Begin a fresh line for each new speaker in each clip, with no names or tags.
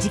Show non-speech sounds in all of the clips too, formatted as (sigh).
時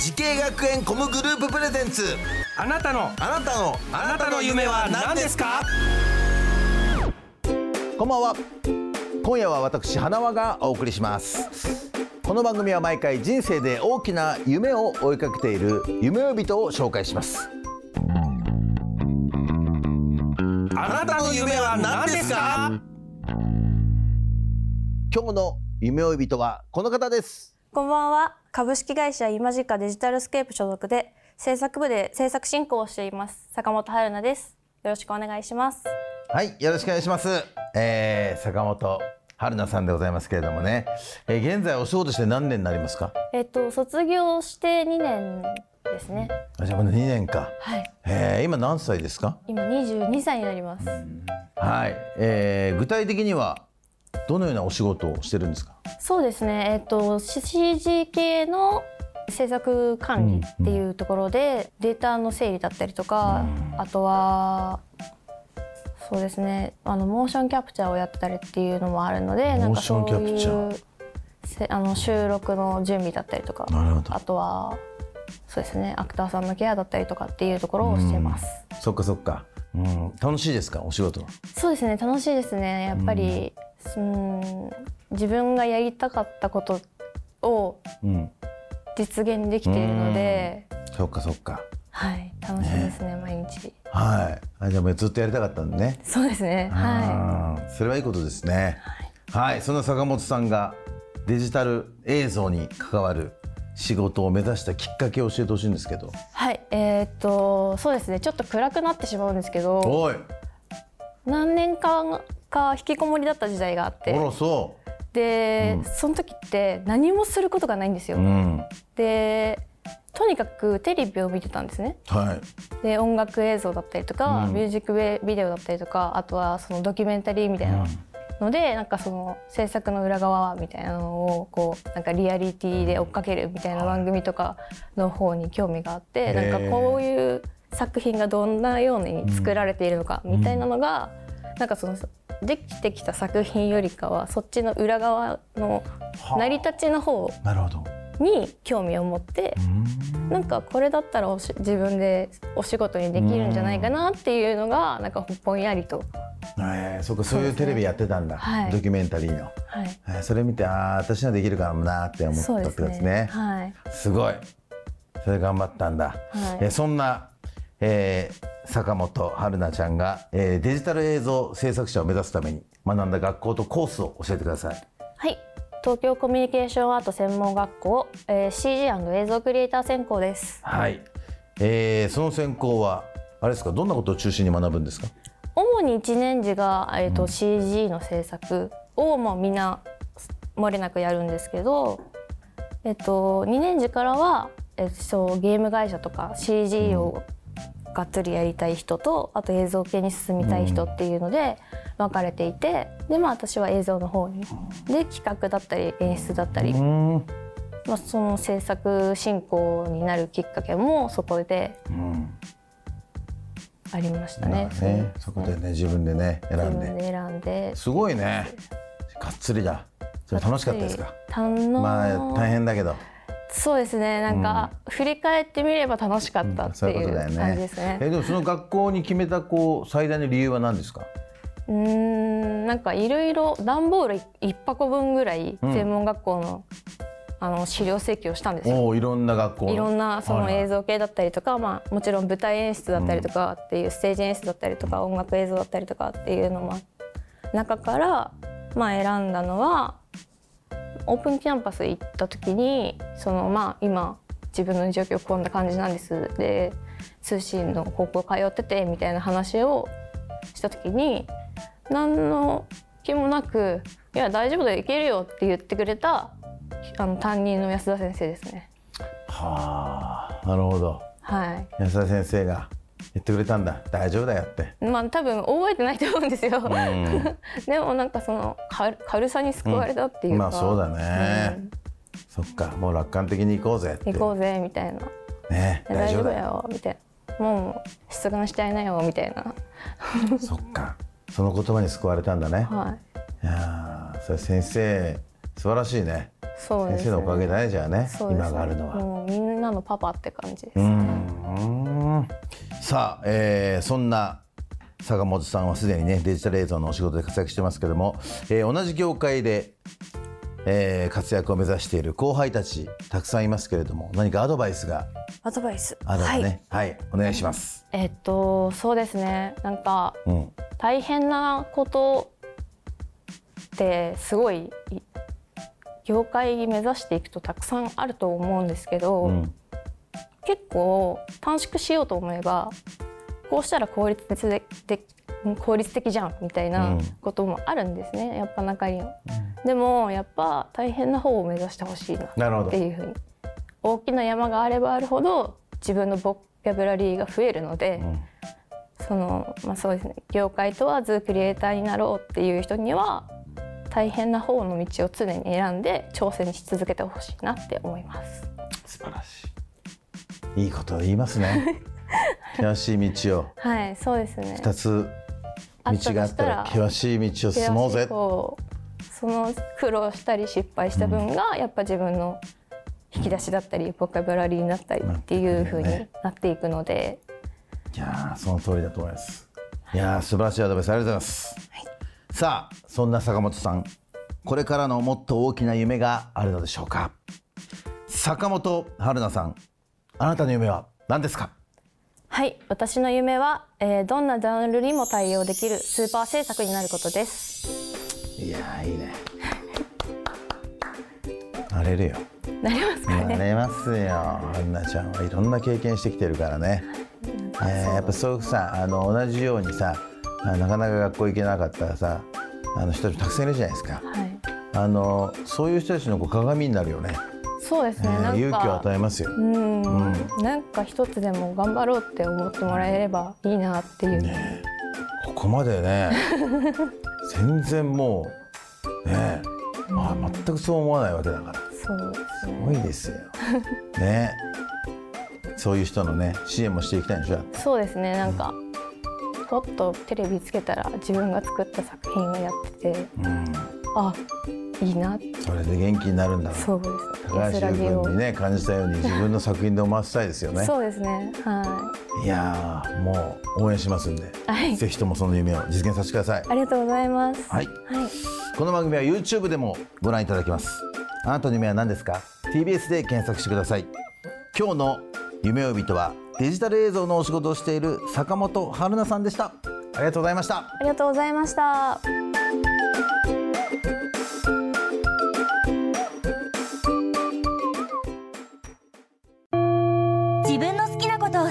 時系学園コムグループプレゼンツ
あなたの
あなたのあなたの夢は何ですかこんばんは今夜は私花輪がお送りしますこの番組は毎回人生で大きな夢を追いかけている夢追い人を紹介しますあなたの夢は何ですか今日の夢追い人はこの方です
こんばんは。株式会社イマジカデジタルスケープ所属で制作部で制作進行をしています坂本春奈です。よろしくお願いします。
はい、よろしくお願いします。えー、坂本春菜さんでございますけれどもね、えー、現在お仕事して何年になりますか。
えっと卒業して2年ですね。
あじゃあまだ2年か。
はい。
えー、今何歳ですか。
今22歳になります。
はい、えー、具体的にはどのようなお仕事をしてるんですか。
そうですね。えっと CG 系の制作管理っていうところでデータの整理だったりとか、あとはそうですね。あのモーションキャプチャーをやったりっていうのもあるので、なんかそう
モーションキャプチャ
いうせあの収録の準備だったりとか、
なるほど
あとはそうですね。アクターさんのケアだったりとかっていうところをしてます。
そっかそっか。うん、楽しいですかお仕事は。
そうですね。楽しいですね。やっぱり、うん、自分がやりたかったことを
うん、
実現できているので、
そっかそっか。
はい、楽しいですね、毎日。
はい、あじゃあもうずっとやりたかったんでね。
そうですね、は
はい、それはいいことですね。はい、そんな坂本さんがデジタル映像に関わる仕事を目指したきっかけを教えてほしいんですけど。
い、はい、えーっと、そうですね、ちょっと暗くなってしまうんですけど、
おい、
何年間か引きこもりだった時代があっ
お
て、
ろそ
で、その時って何もすることがないんですよ。
う。うん、は
で、とにかくテレビを見てたんですね。
い、
で、音楽映像だったりとか、
うん
ミュージックビデオだったりとか、あとはそのドキュメンタリーみたいな。のでなんかその制作の裏側みたいなのをこうなんかリアリティで追っかけるみたいな番組とかの方に興味があって
へー
なんかこういう作品がどんなように作られているのかみたいなのがなんかそのできてきた作品よりかはそっちの裏側の
はあ
成り立ちの方
なるほど。
に興味を持ってなんかこれだったらおし自分でお仕事にできるんじゃないかなっていうのがなんかぼんやりと。
えー、そっか、そういう
そうです
テ
ね
レビやってたんだ。
はい
ドキュメンタリーの。
はい
えーそれ見て、ああ、私にはできるかもなーって思った
そ
っ
う
て
で
こ
す
とです
ね
ね。
はい、
すごい。それ頑張ったんだ。
はい
えーそんな、えー坂本春菜ちゃんが、えーデジタル映像制作者を目指すために学んだ学校とコースを教えてください。
はい東京コミュニケーションアート専門学校、えー、CG& 映像クリエイター専攻です
はい。えーその専攻はあれですか。どんなことを中心に学ぶんですか。
主に1年次が、えーと CG の制作をもうみんな漏れなくやるんですけど、えっと2年次からは、えーそうゲーム会社とか CG をがっつりやりたい人とあと映像系に進みたい人っていうので分かれていてで、まあ、私は映像の方にで企画だったり演出だったり
うん。
まあ、その制作進行になるきっかけもそこでありましたね。
ね。そこでね自分でね選
そう自
ん
分
で。
で選んで。
すごいね。がっつりだ。それ楽しかったですか。
楽しい
まあ大変だけど。
そうですね。なんか、振り返ってみれば楽しかったって
そういう
い
こと
う
だよね。
感じですね。
えでもその学校に決めたこう最大の理由は何ですか。
うーん、なんかいろいろ段ボール一箱分ぐらい
ん
専門学校の、あの資料請求をしたんですよ。
おおいろんな学校の。
いろんなその
はいはい
映像系だったりとか、まあ、もちろん舞台演出だったりとかっていう、ステージ演出だったりとか音楽映像だったりとかっていうのも中から、まあ、選んだのはオープンキャンパス行った時にその、まあ、今自分の状況こんな感じなんですで通信の高校通っててみたいな話をした時に何の気もなく「いや大丈夫だよいけるよ」って言ってくれたあの担任の安田先生ですね。
ははあなるほど
はい
安田先生が言ってくれたんだ大丈夫だよって
まあ多分覚えてないと思うんですよ、
ん
(laughs) でもなんかその軽軽さに救われたっていうか、
まあそうだね、
うん
そっかもう楽観的に行こうぜって
行こうぜみたいな
ね
大
大丈夫
丈夫
だ
だ
よ
よみたいなもう失速のしちゃいなよみたいな
そっかその言葉に救われたんだね、
は
い、
い
やーそれ先生素晴らしいね
そうです、
先生
ね、
のおかげだねじゃあね
そうですね
今があるのは。
もうみんなのパパって感じです、
うんさあ、えーそんな坂本さんはすでにねデジタル映像のお仕事で活躍してますけども、えー同じ業界で、えー活躍を目指している後輩たちたくさんいますけれども何かアドバイスが
アドバイス
あれば
はい
ね、はいお願いします。
えっとそうですねなんか
うん
大変なことってすごいい業界目指していくとたくさんあると思うんですけど、
うん
結構短縮しようと思えばこうしたら効率的でで効率的じゃんみたいな
うん
こともあるんですね、やっぱ中には、でもやっぱ大変な方を目指してほしいな
なるほど
っていうふうに大きな山があればあるほど自分のボキャブラリーが増えるので、
ん
そのまあそうですね業界問わずクリエイターになろうっていう人には大変な方の道を常に選んで挑戦し続けてほしいなって思います。
素晴らしいいいことを言いますね険しい道を
はい、そうですね。
2つ
あった
道があっ
とした
たら
ら
険しい道を進もうぜ
手足こうその苦労したり失敗した分がやっぱ自分の引き出しだったりボキャブラリーになったりっていう風になっていくので、
いやーその通りだと思います。いやー素晴らしいアドバイスありがとうございます。さあそんな坂本さんこれからのもっと大きな夢があるのでしょうか。坂本春奈さんあなたの夢は何ですか。
はい、私の夢は、えーどんなジャンルにも対応できるスーパー制作になることです。
いやーいいね。なれるよ。
なりますか
な
ね。
れますよ。春奈ちゃんはいろんな経験してきてるからね。えーやっぱそうさあの同じようにさあなかなか学校行けなかったらさあの人たちもたくさんいるじゃないですか。
はい、
あのそういう人たちのこう鏡になるよね、
そうです
え
ね。
ー
なんか
勇気を与えますよ、
うん、なんか一つでも頑張ろうって思ってもらえればいいなっていう。
ここまで
(laughs)
ね全然もうねえ、まあ、全くそう思わないわけだからす
そうですね。
ごい
(laughs)
ですよねそういう人のね支援もしていきたいんでしょ
そうですねなんか、ポッとテレビつけたら自分が作った作品がやってて、あいいなって
それで元気になるんだろう
そうですね
高橋優
を、
君にね感じたように自分の作品で思わせたいですよね
そうですねはい
やーもう応援しますんで、
はい
ぜひともその夢を実現させてください
いありがとうございます
はい
はい
この番組は YouTube でもご覧いただけますあなたの夢は何ですか TBS で検索してください今日の夢呼びとはデジタル映像のお仕事をしている坂本春奈さんでしたありがとうございました
ありがとうございました
自分の好きなことを